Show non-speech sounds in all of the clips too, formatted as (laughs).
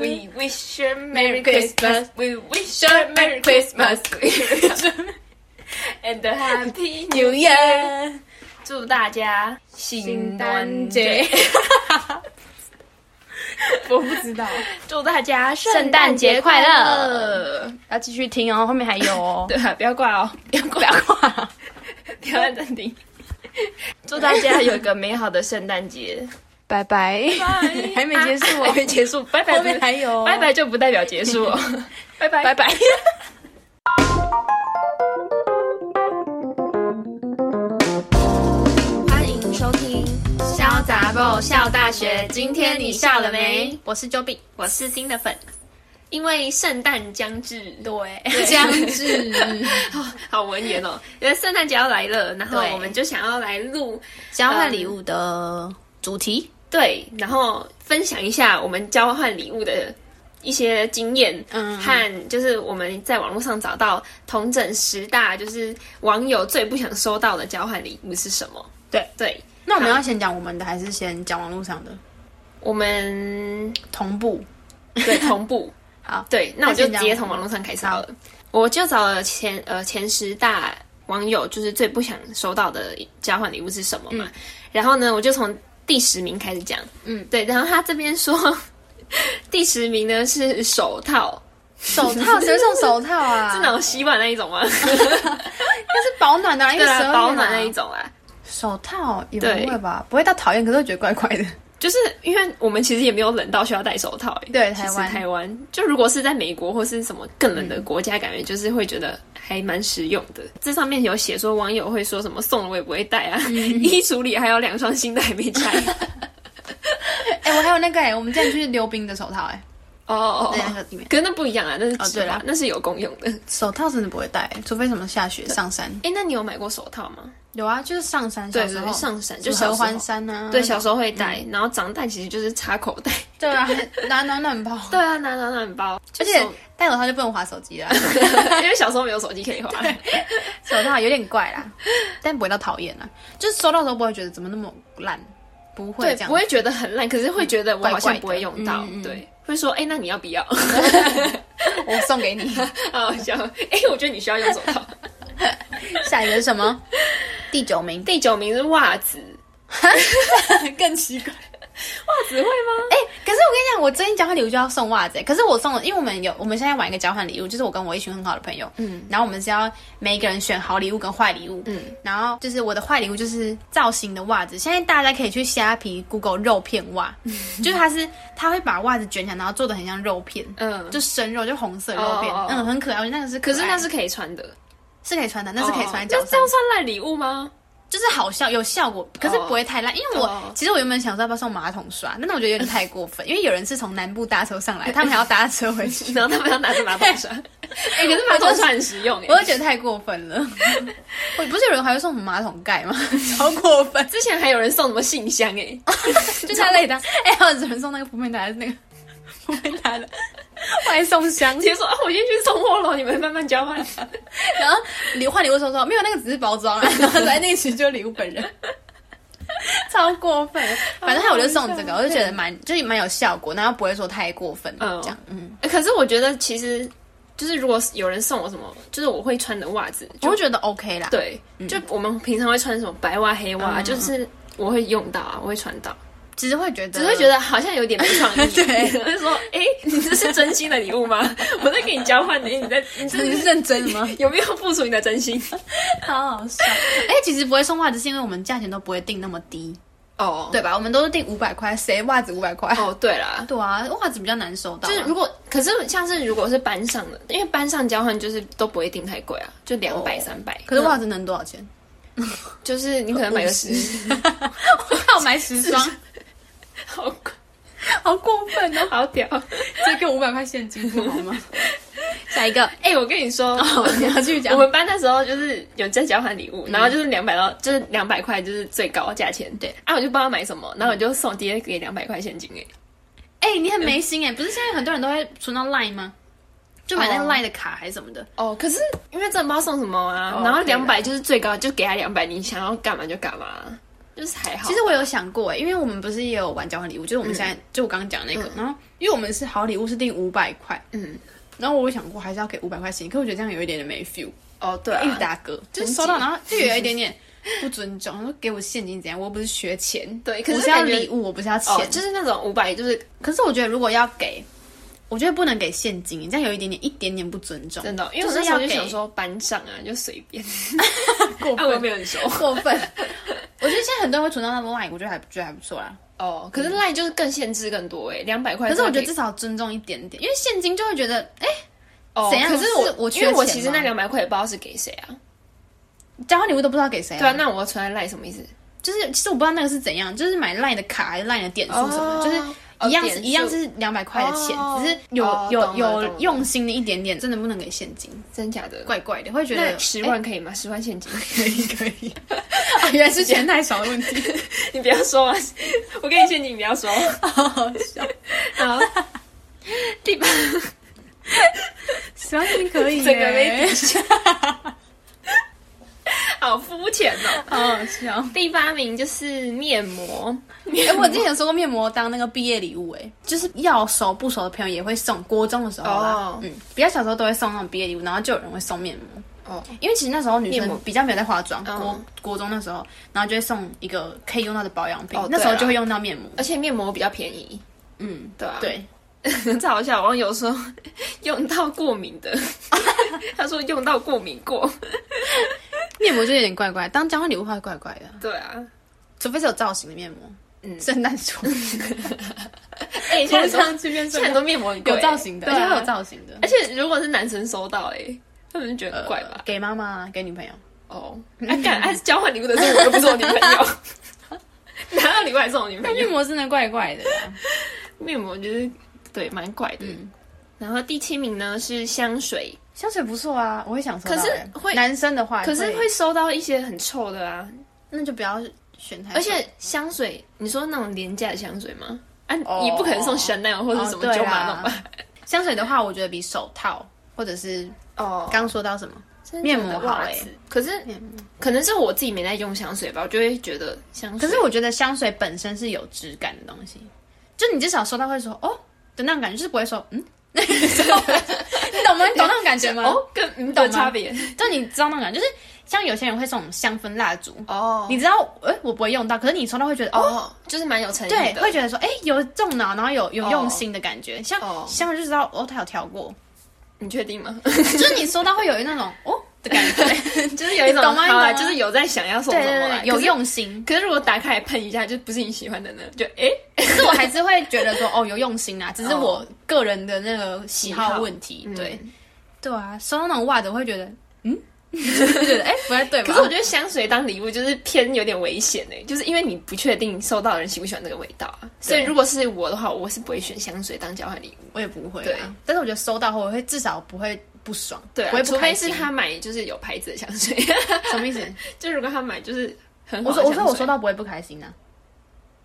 We wish you a Merry Merry Christmas. Christmas. We wish you a Merry Christmas. We wish you (laughs) and a Happy (laughs) New Year. 祝大家圣新诞年节节，我不知道， (laughs) 祝大家圣圣诞诞节节快快乐！乐！要继续听哦，后面还有哦。对啊，不要挂哦， (laughs) 不要挂，不要挂，不要暂停。 (laughs) 祝大家有个美好的圣诞 (laughs) 节。拜拜，还没结束还哦，没结束，拜拜。后面还有哦，拜拜就不代表结束 (laughs) 哦，拜拜拜。拜。欢迎收听《潇洒爆笑大学，今天你笑了没？？我是 Joey，我是新的粉。因为圣诞将至，对，将至， (laughs) 好文言哦，因为圣诞节要来了，然后对我们就想要来录交换礼物的主题，嗯对，然后分享一下我们交换礼物的一些经验，嗯和就是我们在网络上找到同整十大就是网友最不想收到的交换礼物是什么？对对，那我们要先讲我们的，还是先讲网络上的我们同步？对同步。好，对，那我就先直讲接我从们网络上开始好了。我就找了前呃前十大网友，就是最不想收到的交换礼物是什么嘛？然后呢，我就从第十名开始讲。嗯，对。然后他这边说， (laughs) 第十名呢是手套，手套谁会送手套啊？是那种洗碗那一种吗？但是保暖的啊，因 (laughs) 为对十二月啊，嘛保暖那一种啊。手套也不对会吧？不会到讨厌，可是会觉得怪怪的。就是因为我们其实也没有冷到需要戴手套、欸，对其实台湾台湾嗯就如果是在美国或是什么更冷的国家，感觉就是会觉得还蛮实用的。这上面有写说网友会说什么送了我也不会戴啊， (laughs) 衣橱里还有两双新的还没 (laughs) 拆。哎、我还有那个哎、我们之前去溜冰的手套哎、哦哦在那哦，个里面可是那不一样啊，那是哦纸对吧、啦那是有公用的。手套真的不会戴、除非什么下雪上山。哎、那你有买过手套吗？有啊，就是上山对小时候对上山什么就小时候合欢山啊，对，小时候会戴，然后长大其实就是插口袋。对啊，拿暖暖包， (laughs) (laughs) 对啊，拿拿暖包，而而且戴手套就不能滑 (laughs) 手机啦，因为小时候没有手机可以滑。手套有点怪啦，但不会到讨厌啦，就是收到的时候不会觉得怎么那么烂，不会对嗯这，样，不会觉得很烂，可是会觉得我好像不会用到，怪怪的嗯嗯嗯对，会说哎、那你要不要？ (laughs) 我送给你。好好笑， (laughs) 哎、我觉得你需要用手套。下一个是什么？第九名， (laughs) 第九名是袜子， (laughs) 更奇怪。 (laughs) 袜子会吗？哎、可是我跟你讲，我最近交换礼物就要送袜子、欸。可是我送了，因为我们有我们现在玩一个交换礼物，就是我跟我一群很好的朋友，嗯，然后我们是要每一个人选好礼物跟坏礼物，嗯，然后就是我的坏礼物就是造型的袜子。现在大家可以去虾皮 Google 肉片袜，嗯就是它是它会把袜子卷起来，然后做的很像肉片，嗯，就生肉，就红色肉片，哦哦哦嗯，很可爱。我觉得那个是可可爱，是那是可以穿的，是可以穿的，那是可以穿哦在脚那这上样，算烂礼物吗？就是好笑有效果，可是不会太烂。因为我、哦其实我原本想说要不要送马桶刷，但是我觉得有点太过分，因为有人是从南部搭车上来，他们还要搭车回 (laughs) 去， (laughs) 然后他们要拿着马桶刷， (laughs) 哎、可是马桶刷很实 (laughs) 用哎、 (laughs) 我就觉得太过分了。我 (laughs) 不是有人还会送什么马桶盖吗？ (laughs) 超过分，之前还有人送什么信箱哎、 (laughs) (laughs) 就太累的。哎、还有人送那个福面达的那个 (laughs) 福面达的外 (laughs) 送箱直，接说啊，我先去送货了，你们慢慢交 (laughs) 换。然后礼换礼物的时候说没有，那个只是包 (laughs) 装啊，然后来那群就礼物本人。超过分，反正我就送这个，我就觉得蛮就是蛮有效果，然后不会说太过分，嗯这样，嗯。哎可是我觉得其实就是如果有人送我什么，就是我会穿的袜子，就我会觉得 OK 啦。，对，就我们平常会穿什么白袜、黑袜，嗯就是我会用到啊，我会穿到，只是会觉得，只是会觉 (laughs) 得好像有点没创意。对我就说，哎、你这是真心的礼物吗？ (laughs) 我在跟你交换呢，你在你这你是认真的吗？有没有付出你的真心？好好笑。 (laughs) 哎、其实不会送袜子，是因为我们价钱都不会定那么低，哦，对吧？我们都是定五百块，谁袜子五百块？哦，对啦。对啊，袜子比较难收到啊、就是如果，可是像是如果是班上的，因为班上交换就是都不会定太贵啊，就两百、哦三百。可是袜子能多少钱？就是你可能买个十，我要买十双，好贵， (laughs) 好过分哦！好屌。这个五百块现金不好吗？ (laughs) 下一个，哎、我跟你说，哦，你要继续讲嗯我。们班那时候就是有在交换礼物，然后就是两百到就是两百块就是最高的价钱。对，啊，我就不知道买什么，然后我就送爹给两百块现金哎。哎、你很没心哎、不是现在很多人都会存到 Line 吗？就买那个哦 Line 的卡还是什么的？哦，可是因为真的不知道送什么啊，哦然后可以啦两百就是最高，就给他两百，你想要干嘛就干嘛。就是还好。其实我有想过、欸，因为我们不是也有玩交换礼物，就是我们现在、就我刚刚讲那个，然后因为我们是好礼物是定五百块，嗯，然后我有想过还是要给五百块钱，可我觉得这样有一点点没 feel，哦，对啊一直打嗝，就是收很到紧然后就有一点点不尊重，他说给我现金怎样？我又不是学钱，对可是我是要感觉礼物，我不是要钱，哦，就是那种五百，就是可是我觉得如果要给，我觉得不能给现金，这样有一点点一点点不尊重，真的，哦因为就我是那时要候给就想说班上啊，就随 (laughs) 便，过啊，我又分没有很熟。过分。我觉得现在很多人会存到那个 line，我觉得还觉得还不错啊啦。哦，可是赖就是更限制更多哎，两百块。嗯可是我觉得至少尊重一点点，因为现金就会觉得，哎、哦，怎样可是我是我缺因为我钱其实吗嗯那两百块也不知道是给谁啊，交换礼物都不知道给谁、啊。对啊，那我存在赖什么意思？就是其实我不知道那个是怎样，就是买 line 的卡还是 line 的点数什么的哦就是哦一样点是数一样是两百块的钱哦只是有、哦有懂了懂有了用心的一点点，真的不能给现金，真假的？怪怪的，会觉那得十万可以吗？十万 (laughs) 现金？可以可以、啊，原来是钱太少的问 (laughs) 题。你不要说啊！我给你现金，你不要说。哦好，第八，十万现金可以耶，整个被底下，好肤浅哦。好好笑。第八名就是面膜，哎、我之前收过面膜当那个毕业礼物、哎，就是要熟不熟的朋友也会送，国中的时候啦哦嗯，比较小时候都会送那种毕业礼物，然后就有人会送面膜，哦，因为其实那时候女面生膜比较没有在化妆，国嗯国中那时候，然后就会送一个可以用到的保养品，哦那时候对啦就会用到面膜，而且面膜比较便宜，嗯，对啊，对，这好笑。网友说用到过敏 (laughs) 的，他说用到过敏过，面膜就有点怪怪，当交换礼物的话怪怪的，对啊。除非是有造型的面膜，嗯，圣诞 (laughs) 树，哎、现在很多去变现在很多面膜很贵有造型的，对而且啊会有造型的，而且如果是男生收到、哎，他们就觉得很怪吧？呃给妈妈，给女朋友。 (laughs) 哦，啊干，啊交换礼物的时候我又不是我女朋 (laughs) 友，拿到礼物还是我女朋面友，膜真的怪怪的啦，面膜就是对蛮怪的。然后第七名呢是香水，香水不错啊，我会想收到可是欸会男生的话，可是会收到一些很臭的啊，那就不要选太多，而且香水，你说那种廉价的香水吗？啊，哦也不可能送香奈儿或者什么九马弄哦吧？香水的话，我觉得比手套或者是哦刚说到什么面膜好哎、欸，可是可能是我自己没在用香水吧，我就会觉得香可水。是我觉得香水本身是有质感的东西，就你至少收到会说哦的那种感觉，就是不会说 (laughs) 嗯，你懂吗？你懂那种感觉吗？哦，跟你懂懂吗差别就你知道那种感觉，就是像有些人会送香氛蜡烛，哦你知道哎、我不会用到，可是你收到会觉得哦哦，就是蛮有诚意对，的，会觉得说，哎、有动脑，然后有有用心的感觉。像哦香味就知道，哦，他有调过，你确定吗？就是你收到会有那种哦的感 (laughs) 觉，就是有一种你懂好啦吗你懂吗就是有在想要送对什么对啦对，有。可是用心。可是如果打开来喷一下，就不是你喜欢的呢，就哎、诶可是我还是会觉得说，哦，有用心 (laughs) 啊，只是哦我个人的那个喜喜好好问题。对嗯对啊，收到那种袜子，我会觉得，嗯， (laughs) 就觉得哎、不太对吧？可是我觉得香水当礼物就是偏有点危险哎、就是因为你不确定收到的人喜不喜欢这个味道啊。所以如果是我的话，我是不会选香水当交换礼物。我也不会对啊，但是我觉得收到后，我会至少不会不爽，对、不啊，会不除开非是心他买就是有牌子的香水， (laughs) (laughs) 什么意思？就如果他买就是很好我的说我说香水我收到不会不开心啊，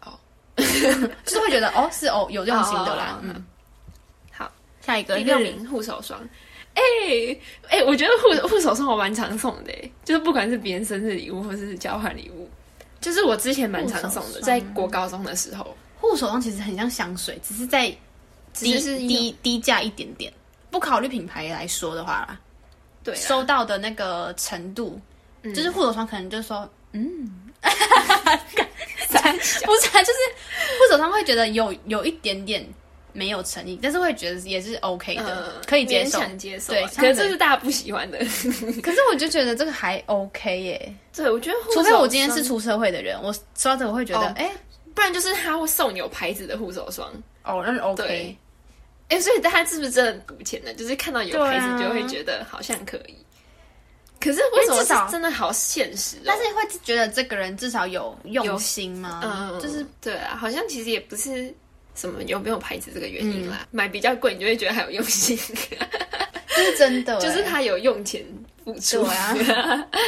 哦， (laughs) 就是会觉得哦是哦有用心的啦哦，嗯，好，下一个第六日名护手霜。哎、哎、我觉得护护手霜我蛮常送的、欸，就是不管是别人生日礼物或是交换礼物，就是我之前蛮常送护手的，霜在国高中的时候，护手霜其实很像香水，只是在只低是是一低低价一点点。不考虑品牌来说的话啦，对啊啦嗯收到的那个程度，就是护手霜可能就说，嗯 (laughs) 三不是啊，就是护手霜会觉得有有一点点没有诚意，但是会觉得也是 OK 的，呃可以接受勉。强接受啊，对可是像这是大家不喜欢的。可是我就觉得这个还 OK 耶，对，我觉得护手除霜非我今天是，出社会的人，我收到这个我会觉得哦，哎、不然就是他会送有牌子的护手霜。哦，那是 OK 对。哎、所以大家是不是真的很赌钱呢？就是看到有牌对啊子就会觉得好像可以，可是为什么至少是真的好现实、哦？但是会觉得这个人至少有用心吗？嗯，就是对啊，好像其实也不是什么有没有牌子这个原因嗯啦，买比较贵你就会觉得还有用心， (laughs) (laughs) 这是真的欸、就是他有用钱付出对啊。 (laughs)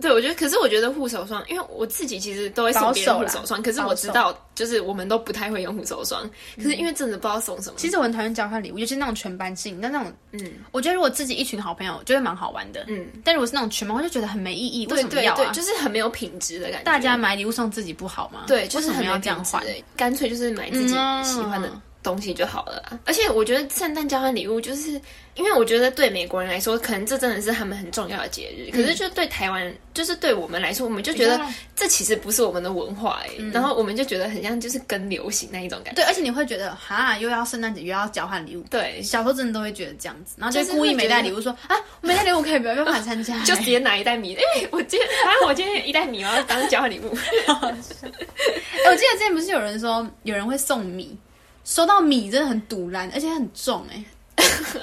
对，我觉得，可是我觉得护手霜，因为我自己其实都会送别人护手保守啦霜，可是我知道，就是我们都不太会用护手霜，可是因为真的不知道送什么。其实我很讨厌交换礼物，尤其是那种全班性，但那种，嗯，我觉得如果自己一群好朋友，觉得蛮好玩的，嗯，但如果是那种全班，我就觉得很没意义，为对什么对要对啊，？就是很没有品质的感觉。大家买礼物送自己不好吗？对，就是为很什么没有要这样品质换？的干脆就是买自己嗯喜欢的东西就好了啦。而且我觉得圣诞交换礼物，就是因为我觉得对美国人来说，可能这真的是他们很重要的节日，嗯可是就对台湾，就是对我们来说，我们就觉得比较这其实不是我们的文化哎、然后我们就觉得很像就是跟流行那一种感觉。嗯对，而且你会觉得哈，又要圣诞节又要交换礼物，对，小时候真的都会觉得这样子，然后就就是故意会没觉带得礼物说啊，我没带礼物可以不要不要来参 (laughs) 加，欸就直接拿一袋米，因为我今天啊，我今天一袋米我要当交换礼物。 (laughs) 哎、我记得之前不是有人说有人会送米，收到米真的很堵然，而且很重哎、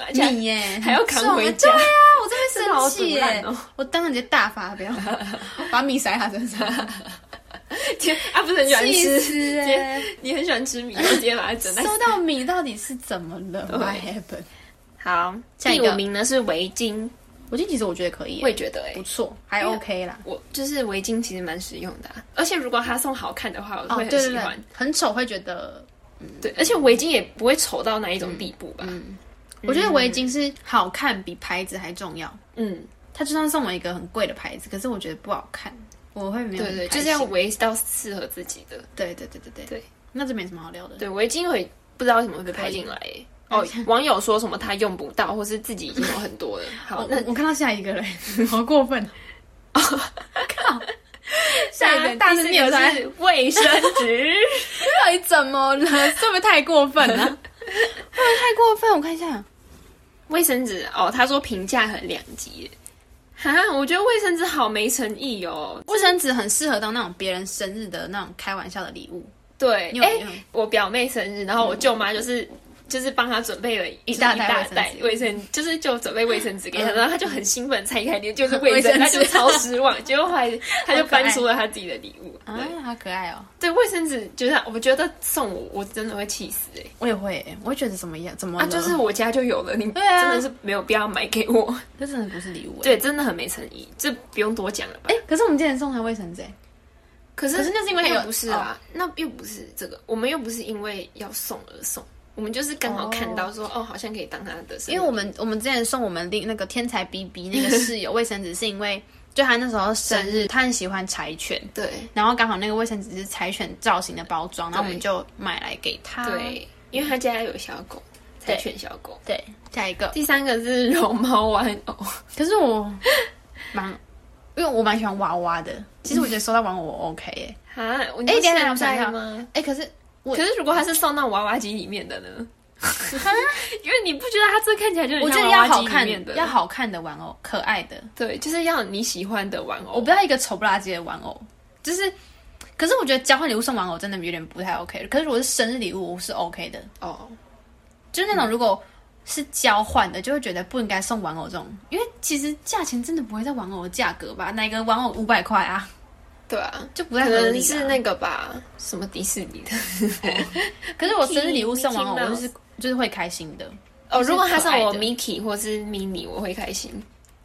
而且米耶、还要扛回家很重对啊，我真的会生气耶、真的好堵然哦我当场直接大发 (laughs) 飙，把米塞他身上，天 (laughs) 啊，不是很喜欢气吃，死直哎、接你很喜欢吃米，我直接把它整在。收到米到底是怎么了？What happened？好，下一第个五名呢是围巾，我觉得其实我觉得可以、我也觉得哎、不错，还因为 OK 啦。我就是围巾其实蛮实用的啊、而且如果它送好看的话，我哦，会对很对喜对欢。，很丑会觉得，对而且围巾也不会丑到那一种地步吧？嗯我觉得围巾是好看比牌子还重要。嗯，他就算送我一个很贵的牌子，可是我觉得不好看，我嗯会没有对对，很就开心是要围到适合自己的。对对对对对对，那就没什么好聊的。对，围巾我也不知道为什么会被拍进来嗯欸、哦，网友说什么他用不到，或是自己已经有很多了。好我，那我看到下一个了， (laughs) 好 (laughs) 过分！靠， (laughs) 下一个大大声声念念出出来来，卫生纸。到底怎么 (laughs) 了？是不是太过分啊 (laughs) 了？会不会太过分？我看一下，卫生纸哦，他说评价很两极耶。哈，我觉得卫生纸好没诚意哦。卫生纸很适合当那种别人生日的那种开玩笑的礼物，对，你有哎、用我表妹生日，然后我舅妈就是、就是帮她准备了一大一袋大卫生袋纸卫生，就是就准备卫生纸给她，嗯然后她就很兴奋，拆开就是卫 (laughs) 卫生，生她就纸超失望。结果后 (laughs) 来她就好可爱搬出了她自己的礼物。对、啊，好可爱哦！对，卫生纸就是我觉得送我，我真的会气死哎、我也会，我会觉得怎么样？怎么啊，了？就是我家就有了，你真对啊的是没有必要买给我。这真的不是礼物。哎，对，真的很没诚意，这不用多讲了吧？哎，可是我们之前送他卫生纸，哎可是可是那是因为又有不是啊，那又不是这个，我们又不是因为要送而送，我们就是刚好看到说，哦好像可以当他的生日，因为我们我们之前送我们另那个天才 B B 那个室 (laughs) 友卫生纸，是因为就他那时候生日，他很喜欢柴犬，对然后刚好那个卫生纸是柴犬造型的包装，然后我们对就买来给他。对，因为他家有小狗，柴犬小狗。啊对，下一个。第三个是 (laughs) 绒毛玩偶，可是我 (laughs) 蛮，因为我蛮喜欢娃娃的，其实我觉得收到 (laughs) 玩偶我 OK 哎、哈，我哎，哎等一下现我想一在下吗？哎、可是我可是如果他是送到娃娃机里面的呢？因为你不觉得他这看起来就很我觉像得娃要娃好机里看面的，要好看的玩偶，可爱的，对，就是要你喜欢的玩偶。我不要一个丑不拉几的玩偶，就是。可是我觉得交换礼物送玩偶真的有点不太 OK 可是如果是生日礼物，我是 OK 的。哦，就是那嗯种如果是交换的，就会觉得不应该送玩偶这种，因为其实价钱真的不会在玩偶的价格吧？哪个玩偶五百块啊？对啊，就不太可合理啊能是那个吧，什么迪士尼的。可是我生日礼物送玩偶， Mickey 我就是就是会开心的。哦，就是如果他可送爱我的哦 Mickey 或是 Mini，我会开心，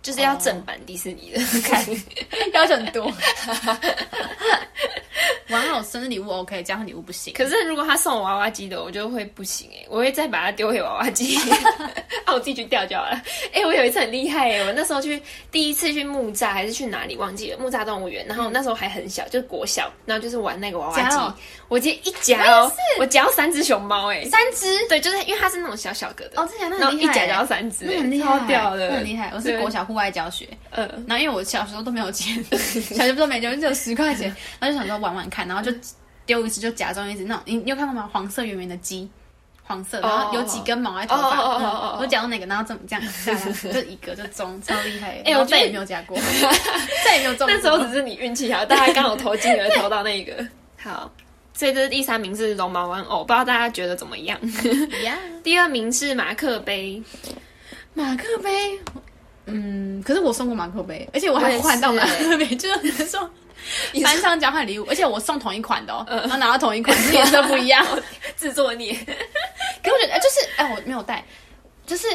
就是要正版迪士尼的。看， (laughs) 要求很多。 (laughs) 玩偶生日礼物 OK，交换礼物不行。可是如果他送我娃娃机的，我就会不行哎、我会再把它丢回娃娃 (laughs) 机，啊，我自己去钓就好了。哎、我有一次很厉害哎、我那时候去第一次去木栅还是去哪里忘记了，木栅动物园，然后那时候还很小，就是国小，然后就是玩那个娃娃机夹嗯哦，我直接一夹哦，我夹到三只熊猫哎、三只对，就是因为它是那种小小个的哦，之前那然后很一厉害夹欸，夹到三只、那欸，很厉超害，屌的，那很厉害。我是对国小户外教学，嗯、然后因为我小时候都没 (laughs) 有钱，小学都没钱，就只有十块嗯钱，然后就想说玩玩看，然后就丢一只就假装一只那种，你你有看过吗？黄色圆圆的鸡，黄色，然后有几根毛在头哦哦发，哦哦哦哦哦嗯我假装哪个，然后这么这样下来，就一个就中，超厉害， (laughs) 哎然后我觉得再也没有夹过，再也没有中过。 (laughs) 那时候只是你运气好，大家刚好投进 (laughs) 而投到那个。好，所以这是第三名是绒毛玩偶，不知道大家觉得怎么样？ (laughs) 呀， (laughs) 第二名是马克 (laughs) 杯，马克杯，嗯，可是我送过马克杯，而且我我还也是换到马欸克杯，就是那时候你班上交换礼物，而且我送同一款的哦，然后拿到同一款，颜色不 (laughs) 一样。自作孽。可我觉得，哎就是哎、我没有带，就是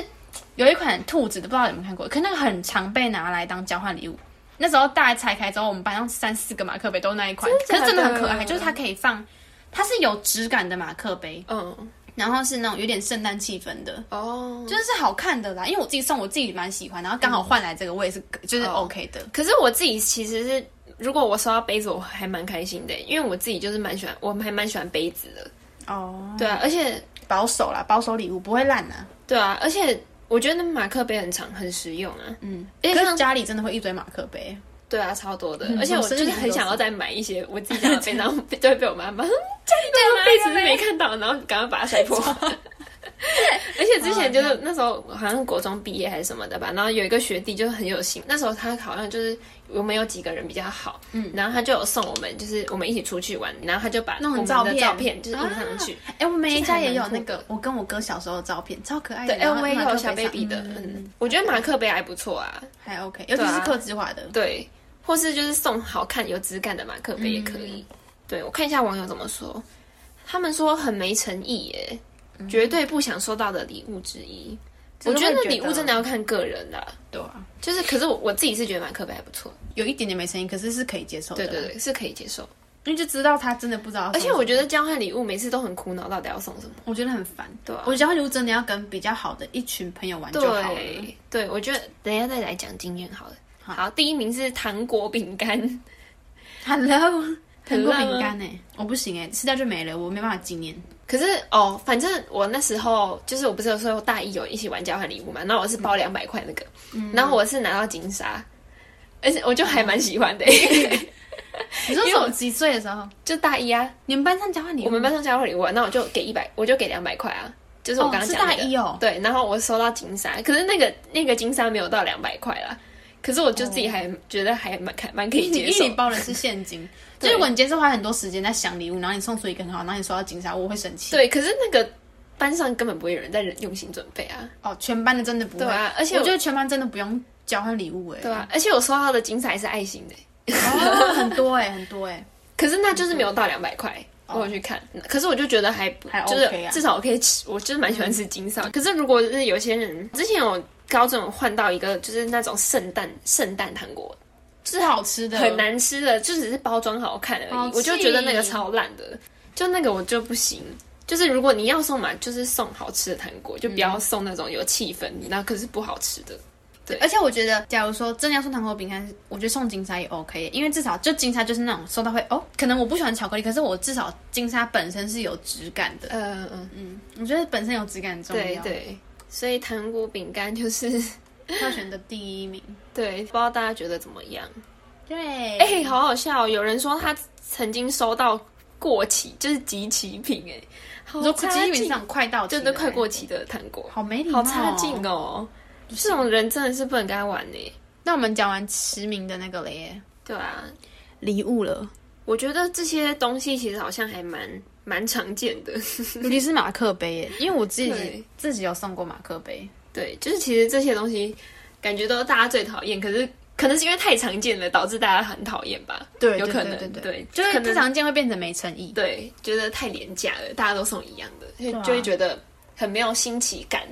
有一款兔子的，不知道有没有看过，可那个很常被拿来当交换礼物。那时候大家拆开之后，我们班上三四个马克杯都那一款，可真的假的是真的很可爱，就是它可以放，它是有质感的马克杯，嗯，然后是那种有点圣诞气氛的，哦，真的是好看的啦。因为我自己送，我自己蛮喜欢，然后刚好换来这个，我也是就是哦 OK 的。可是我自己其实是，如果我收到杯子，我还蛮开心的，因为我自己就是蛮喜欢，我还蛮喜欢杯子的。哦，对啊，而且保守啦，保守礼物不会烂啊。对啊，而且我觉得那马克杯很长，很实用啊。嗯，因为可像是家里真的会一堆马克杯，对啊，超多的，而且我就我生日是礼物很都想是要再买一些我自己想要的 (laughs) 杯，然后就会被我妈妈家 (laughs) 啊里都有杯子没看到，然后赶快把它摔哎破。 (laughs) 而且之前就是那时候好像国中毕业还是什么的吧，然后有一个学弟就很有心，那时候他好像就是我们有几个人比较好，嗯，然后他就有送我们，就是我们一起出去玩，然后他就把弄我成们照的片照片就是印上去，哎、我们家也有那就是还蛮个我跟我哥小时候的照片，超可爱的。对，哎，然后我也马克有杯小上 baby 的，嗯嗯嗯，我觉得马克杯还不错啊，还 OK，尤其对是啊克制化的。对，或是就是送好看有质感的马克杯也可以。嗯对我看一下网友怎么说，他们说很没诚意耶，绝对不想收到的礼物之一。我觉嗯真的得那会觉礼物得真的要看个人啦、对啊，就是可是我我自己是觉得马克杯还不错，有一点点没声音，可是是可以接受的。对对，对，是可以接受。因为就知道他真的不知道。而且我觉，得交换礼物每次都很苦恼，到底要送什么？我觉得很烦。对啊我交换礼物真的要跟比较好的一群朋友玩就好了。对对，我觉得等一下再来讲经验好了。好，第一名是糖果饼干， Hello， (laughs) 很很多浪漫饼干呢，我不行哎、吃掉就没了，我没办法纪念。可是哦，反正我那时候就是我不是有说大一有一起玩交换礼物嘛，然后我是包两百块那个，嗯然后我是拿到金沙，而且我就还蛮喜欢的、嗯你说因为我我几岁的时 (laughs) 候，哦就大一啊，你们班上交换礼物？我们班上交换礼物啊，那我就给一百，我就给两百块啊，就是我刚刚讲、那哦是个大一哦对，然后我收到金沙，可是那个那个金沙没有到两百块啦，可是我就自己还、觉得还蛮开蛮可以你接因受为你，包的是现金，(laughs) 就对如果你接受花很多时间在想礼物，然后你送出一个很好，然后你收到金沙，我会生气。对，可是那个班上根本不会有人在用心准备啊，哦，全班的真的不会。对啊而且我我觉得全班真的不用交换礼物哎、对啊，而且我收到的金沙还是爱心的、哦，很多哎、很多哎、 (laughs) 可是那就是没有到两百块。我有去看，可是我就觉得还不哦还就是 OK 啊嗯至少我可以吃，我就是蛮喜欢吃金沙。可是如果是有些人之前有高中有换到一个就是那种圣诞圣诞糖果，是好吃的，很。难吃的，就只是包装好看而嗯好已，我就气觉得那个超烂的，就那个我就不行。就是如果你要送嘛，就是送好吃的糖果，就不要送那种有气氛，那可是不好吃的。而且我觉得，假如说真的要送糖果饼干，我觉得送金沙也 OK，因为至少就金沙就是那种收到会哦，可能我不喜欢巧克力，可是我至少金沙本身是有质感的。嗯、嗯，嗯，我觉得本身有质感很重要。对，对，所以糖果饼干就是票选的第一名。对，不知道大家觉得怎么样？对，哎、好好笑、哦！有人说他曾经收到过期，就是集齐品、哎，好你说差基本劲，上快到期就了，都快过期的糖果，好没礼貌、好哦，差劲哦！这种人真的是不能跟他玩呢、那我们讲完驰名的那个了耶，对啊，礼物了，我觉得这些东西其实好像还蛮蛮常见的。 (laughs) 尤其是马克杯 (laughs) 耶，因为我自己对自己有送过马克杯，对，就是其实这些东西感觉都是大家最讨厌，可是可能是因为太常见了，导致大家很讨厌吧？有可能，对对对，就是可不能常见会变成没诚意。对，觉得太廉价了，大家都送一样的，所以对啊就会觉得很没有新奇感。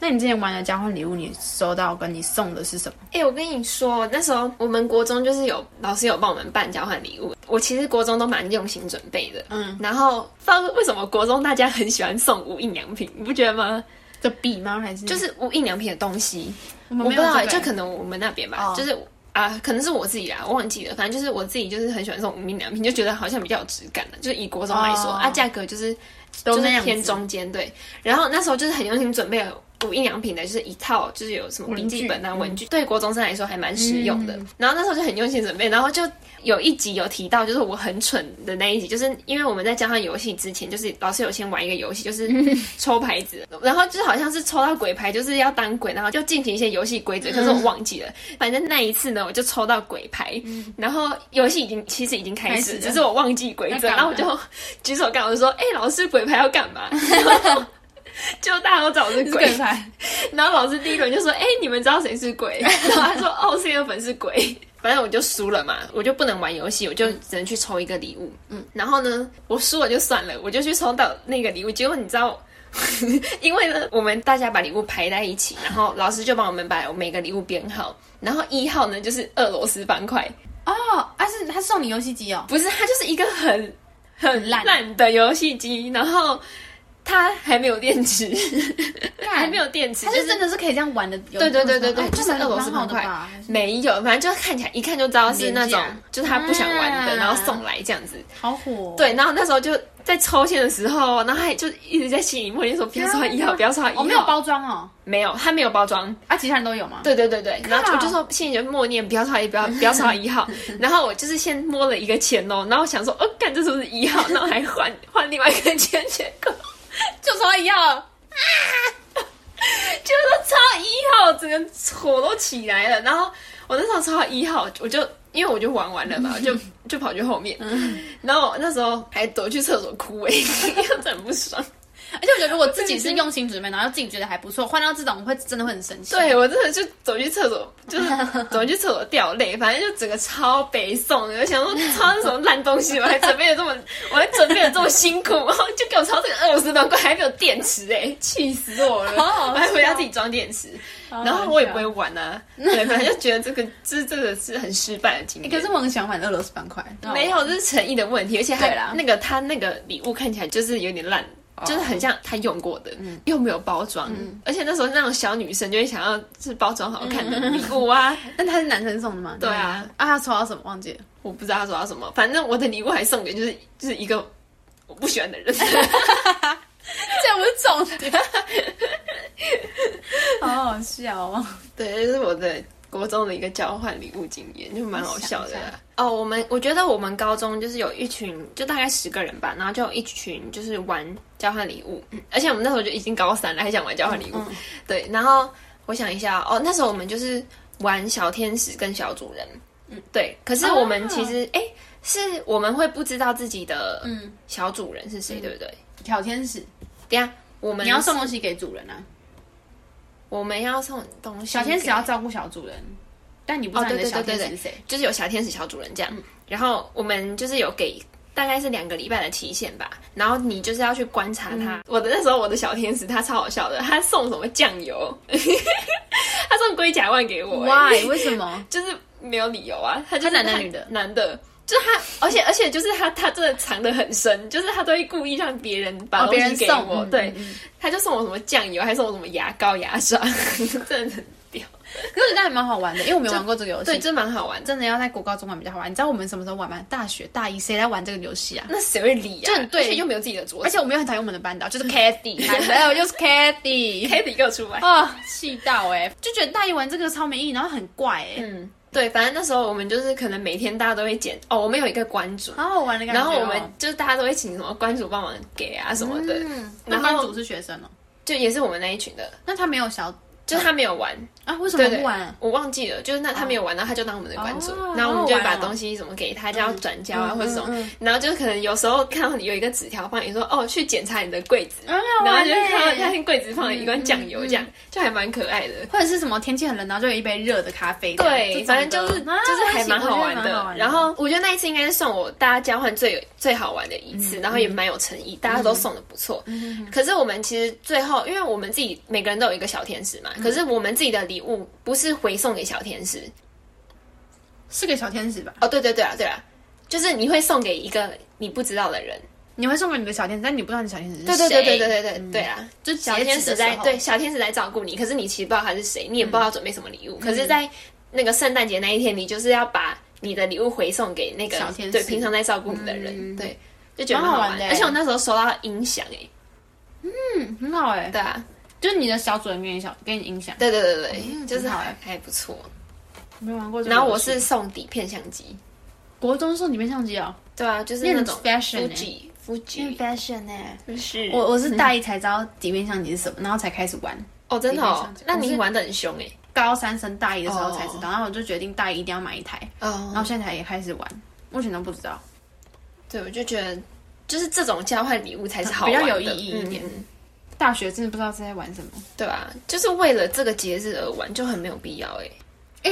那你之前玩的交换礼物，你收到跟你送的是什么？哎、我跟你说，那时候我们国中就是有老师有帮我们办交换礼物，我其实国中都蛮用心准备的。嗯嗯，然后不知道为什么国中大家很喜欢送无印良品，你不觉得吗？这笔吗？还是就就是无印良品的东西，我们我不没知有道、欸这个就可能我们那边吧，哦就是啊、可能是我自己啦，我忘记了，反正就是我自己就是很喜欢送无印良品，就觉得好像比较有质感的，就是以国中来说、哦啊，价格就是都就那是样子偏中间对。然后那时候就是很用心准备了无印良品的，就是一套就是有什么笔记本啊、文具嗯文具，对国中生来说还蛮实用的。然后那时候就很用心准备，然后就有一集有提到，就是我很蠢的那一集，就是因为我们在交换游戏之前，就是老师有先玩一个游戏， (laughs) 就是抽牌子，然后就是好像是抽到鬼牌，就是要当鬼，然后就进行一些游戏规则，可是嗯我忘记了。反正那一次呢，我就抽到鬼牌，然后游戏已经其实已经开嗯开始始，了只是我忘记规则，那干嘛然后我就举手干，我就说：“哎、老师，鬼牌要干嘛？” (laughs) 然后就大家都找我是 (laughs) 是鬼鬼，牌，然后老师第一轮就说：“哎、你们知道谁是鬼？” (laughs) 然后他说：“哦，是一个粉是鬼。”反正我就输了嘛，我就不能玩游戏，我就只能去抽一个礼物。嗯，然后呢，我输了就算了，我就去抽到那个礼物。结果你知道， (laughs) 因为呢，我们大家把礼物排在一起，然后老师就帮我们把每个礼物编号，然后一号呢就是俄罗斯方块，哦，啊是他送你游戏机哦，不是，它就是一个很很烂烂的游戏机，然后它还没有电池， (laughs) 还没有电池，他就是真的是可以这样玩的游戏对吗，对对对对，哎就是蛮俄罗斯蛮好方的块吧，没有，反啊正就是看起来一看就知道是那种廉价，就是他不想玩的，啊然后送来这样子。好火哦，对，然后那时候就在抽签的时候，然后他就一直在心里默念说：“不要说他一 (laughs) 号，不要说他一我号。”没有，包装哦，没有，他没有包装。啊，其他人都有吗？对对对对，然后我就说心里就默念：“不要说他一，不要不要说他一号。”然后我就是先摸了一个钱哦，然后想说：“哦，干，这是不是一号？”然后还换 (laughs) 换另外一个钱，结果就说一号啊，就是超一号，整个火都起来了。然后我那时候超一号，我就因为我就玩完了嘛，我就就跑去后面，然后我那时候还躲去厕所哭哎、欸，因为 (laughs) 真的很不爽。而且我觉得，如果自己是用心准备，然后自己觉得还不错，换到这种会真的会很生气。，对我真的就走去厕所， (laughs) 就是走去厕所掉泪，反正就整个超悲送的。我想 (laughs) 说，抄什么烂东西，我还准备的这么，我还准备的这么辛苦，然后就给我抄这个俄罗斯方块，还没有电池哎、气死我了！好好笑我还回家自己装电池，然后我也不会玩啊，对，反正就觉得这个这这个是很失败的经验。欸可是我很喜欢玩俄罗斯方块，没有，这是诚意的问题，而且还哦对啦哦那个他那个礼物看起来就是有点烂。就是很像他用过的，嗯又没有包装，而且那时候那种小女生就会想要是包装好看的嗯礼物啊。那他是男生送的吗？对啊，啊，他抽到什么忘记了？我不知道他说到什么，反正我的礼物还送给就是就是一个我不喜欢的人，这不是重点，好好笑哦。对，这是我的国中的一个交换礼物经验，就蛮好笑的我想一啦。哦，我们我觉得我们高中就是有一群，就大概十个人吧，然后就有一群就是玩交换礼物，嗯而且我们那时候就已经高三了，还想玩交换礼物。嗯 (laughs) 对，然后我想一下，哦，那时候我们就是玩小天使跟小主人，嗯，对。可是我们啊其实，哎、是我们会不知道自己的嗯小主人是谁，对不对？小天使，等一下我们你要送东西给主人啊。我们要送东西，小天使要照顾小主人，但你不知道哦你对对的小对天对使是谁。就是有小天使、小主人这嗯样。然后我们就是有给大概是两个礼拜的期限吧，然后你就是要去观察他。嗯我的那时候我的小天使他超好笑的，他送什么酱油， (laughs) 他送龟甲万给我、欸， Why？为什么？就是没有理由啊，他就是他男的女的男的。就是他，而且而且就是他，他真的藏得很深，就是他都会故意让别人把哦东别西人给送我，嗯对嗯，他就送我什么酱油，还送我什么牙膏、牙刷，真的很屌。 (laughs) 可是我觉得还蛮好玩的，因为我没有玩过这个游戏。对，这蛮好玩。这真的要在国高中玩比较好玩。你知道我们什么时候玩吗？大学大一谁来玩这个游戏啊？那谁会理啊？就很对而且又没有自己的桌 (laughs) 而子。且我们又很讨厌我们的班 (laughs) 导，就是 Cathy，还有就是 Cathy， Kitty 给我出来。啊，气到哎、就觉得大一玩这个超没意义，然后很怪哎、嗯，对，反正那时候我们就是可能每天大家都会剪哦，我们有一个关主，好好玩的感觉然哦、后我们就是大家都会请什么关主帮忙给啊什么的，嗯，然那后班主是学生哦、就也是我们那一群的，那他没有小就是他没有玩，啊？为什对么对不玩？，我忘记了，就是那他没有玩，然后他就当我们的关主哦，然后我们就会好把好玩哦东西什么给他，就要转交啊嗯或者什嗯么嗯，然后就是可能有时候看到你有一个纸条放你说哦去检查你的柜子，啊好然后玩就会看到欸发现柜子放了一罐酱油，这嗯样就还蛮可爱的。或者是什么天气很冷，然后就有一杯热的咖啡这样。对，这反种正就是的啊就是还蛮好玩我觉得的。蛮然后我觉得那一次应该是算我大家交换最有最好玩的一次，然后也蛮有诚意，大家都送的不错。可是我们其实最后，因为我们自己每个人都有一个小天使嘛，可是我们自己的礼物不是回送给小天使是个小天使吧？哦，对对对啊，对啊，就是你会送给一个你不知道的人。你会送给你的小天使，但你不知道你小天使是对谁。嗯对对对对对对对啊！就小天使在在对小天使在照顾嗯你，可是你其实不知道他是谁，你也不知道准备什么礼物。可是，在那个圣诞节那一天，你就是要把你的礼物回送给那个小天使对平常在照顾你的人，嗯对，就觉得蛮好蛮好玩玩的欸而且我那时候收到音响哎、很好哎、对啊，就是你的小主人给你小给你影响，对对对对对，就是很好还欸还不错。没玩过这个游戏。然后我是送底片相机，国中送底片相机哦，对啊，就是你那很种 fashion 欸 Fuji Fuji fashion 哎、是嗯我我是大一才知道底片相机是什么，然后才开始玩。哦真的底片哦相机，那我你是玩的很凶哎、高三升大一的时候才知道，然后我就决定大一一定要买一台，哦然后现在才也开始玩。目前都不知道，对，我就觉得就是这种交换礼物才是好比较玩的有意义一点嗯嗯大学真的不知道是在玩什么。对啊，就是为了这个节日而玩，就很没有必要哎、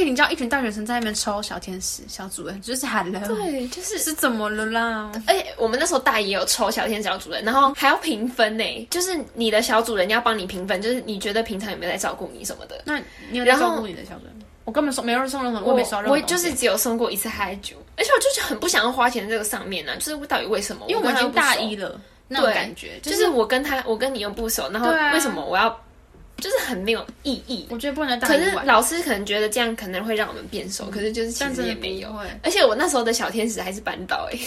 哎、你知道一群大学生在那边抽小天使、小主人，就是喊了，，对，就是是怎么了啦？而且我们那时候大一也有抽小天小主人，然后还要评分呢，就是你的小主人要帮你评分，就是你觉得平常有没有在照顾你什么的。那你有在然后照顾你的小主人吗？我根本送没有人送任何，我也没收任何我东西就是只有送过一次嗨酒，而且我就是很不想要花钱在这个上面呢、啊就是到底为什么？因为我跟已他又经不熟大一，了，那种对感觉就就是是我跟他，我跟你又不熟，然后对啊为什么我要，就是很没有意义。我觉得不能在大可一是玩，嗯老师可能觉得这样可能会让我们变熟，可是就是其但实真也的没有不。会，而且我那时候的小天使还是班导哎、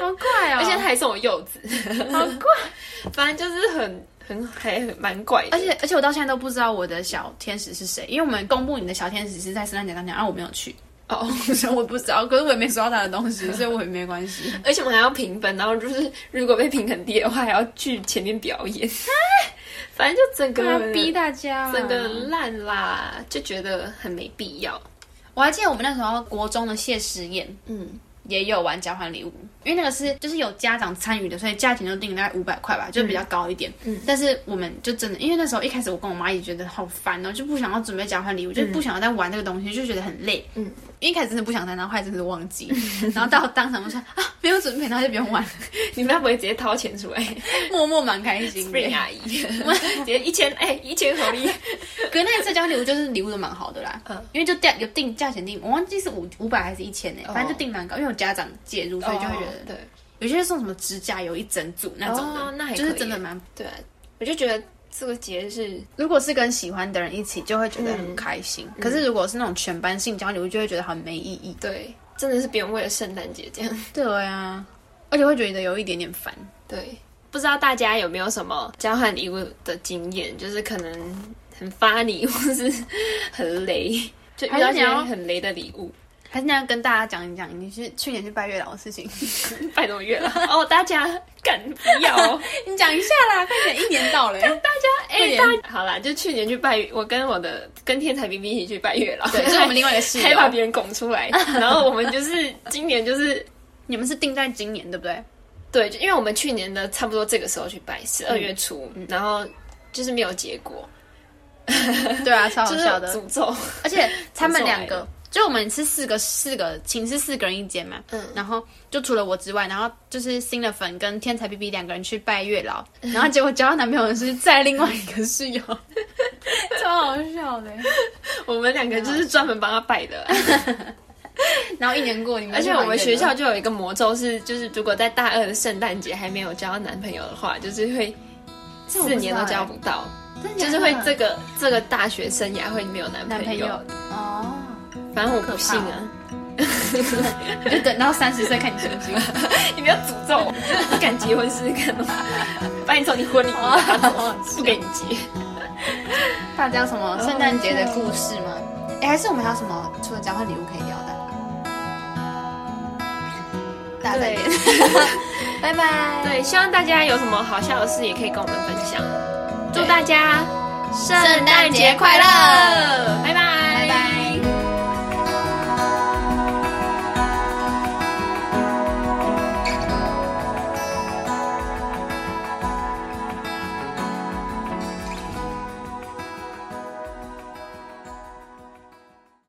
好怪哦！而且他还送我柚子， (laughs) 好怪，反正就是很很还很蛮怪的。而且而且我到现在都不知道我的小天使是谁，因为我们公布你的小天使是在圣诞节当天，然后我没有去，哦， (laughs) 所以我不知道，可是我也没收到他的东西， (laughs) 所以我也没关系。而且我们还要评分，然后就是 (laughs) 如果被评很低的话，还要去前面表演。反正就整干个嘛逼大家、啊整个很烂啦，就觉得很没必 (laughs) 要。我还记得我们那时候国中的谢师宴嗯，也有玩交换礼物，因为那个是就是有家长参与的，所以价钱就定大概五百块吧，就比较高一点。嗯，但是我们就真的，因为那时候一开始我跟我妈也觉得好烦哦，就不想要准备交换礼物，就不想要再玩这个东西，就觉得很累。嗯嗯，一开始真的不想参加，后来真的是 (laughs) 忘记，然后到当场就说啊没有准备，然后就不用玩，你们要不会直接掏钱出 (laughs) 来默默蛮开心的。 ？Spring 啊阿 (laughs) 姨，直接一千哎、一千红利。可是那一次交换礼物就是礼物都蛮好的啦，嗯因为就定有定价钱定，我忘记是五五百还是一千呢，哦反正就定蛮高，因为有家长介入，所以就会觉得、对有些人送什么指甲油一整组那种的，哦那还可以就是真的蛮。对啊，我就觉得这个节日如果是跟喜欢的人一起，就会觉得很开心。可是如果是那种全班性交流，就会觉得很没意义。对真的是不用为了圣诞节这样。对啊，而且会觉得有一点点烦。对，不知道大家有没有什么交换礼物的经验，就是可能很发你，或是很雷，就遇到一些很雷的礼物，还是那样跟大家讲一讲，你是去年去拜月老的事情，拜托月了哦，大家敢不要、 (laughs) 哦？ (laughs) 你讲一下啦，快点，一年到了。快哎、点大家好啦，就去年去拜，我跟我的跟天才冰冰一起去拜月老， (laughs) 对，就是我们哦另外一个室 (laughs) 还把友，别人拱出来， (laughs) 然后我们就是今年就是你们是定在今年对不对？对，就因为我们去年的差不多这个时候去拜，十二嗯月初，然后就是没有结果， (laughs) 对啊，超好就是笑的。诅咒， (laughs) 而且他们两很受个，就我们是四个四个寝室四个人一间嘛，嗯然后就除了我之外，然后就是新的粉跟天才 B B 两个人去拜月老，嗯然后结果交到男朋友的是在另外一个室 (laughs) 友，超好笑的。我们两个就是专门帮他拜的。然后一年过，你们而且是我完们全学的校就有一个魔咒是，就是如果在大二的圣诞节还没有交到男朋友的话，就是会我不四知道年都交欸不到，真的就假是会的这个这个大学生涯会没有男男朋朋友友。哦。反正我不信可怕啊，你就等到三十岁看你信不信。 (laughs) 你不要诅咒我，你敢结婚试试看吗？把你从你婚礼拿走，不给你结。大家有什么圣诞节的故事吗？哎、还是我们还有什么除了交换礼物可以聊的？大家再 (laughs) 见，拜拜。对，希望大家有什么好笑的事也可以跟我们分享。祝大家圣诞节快乐拜拜，拜拜。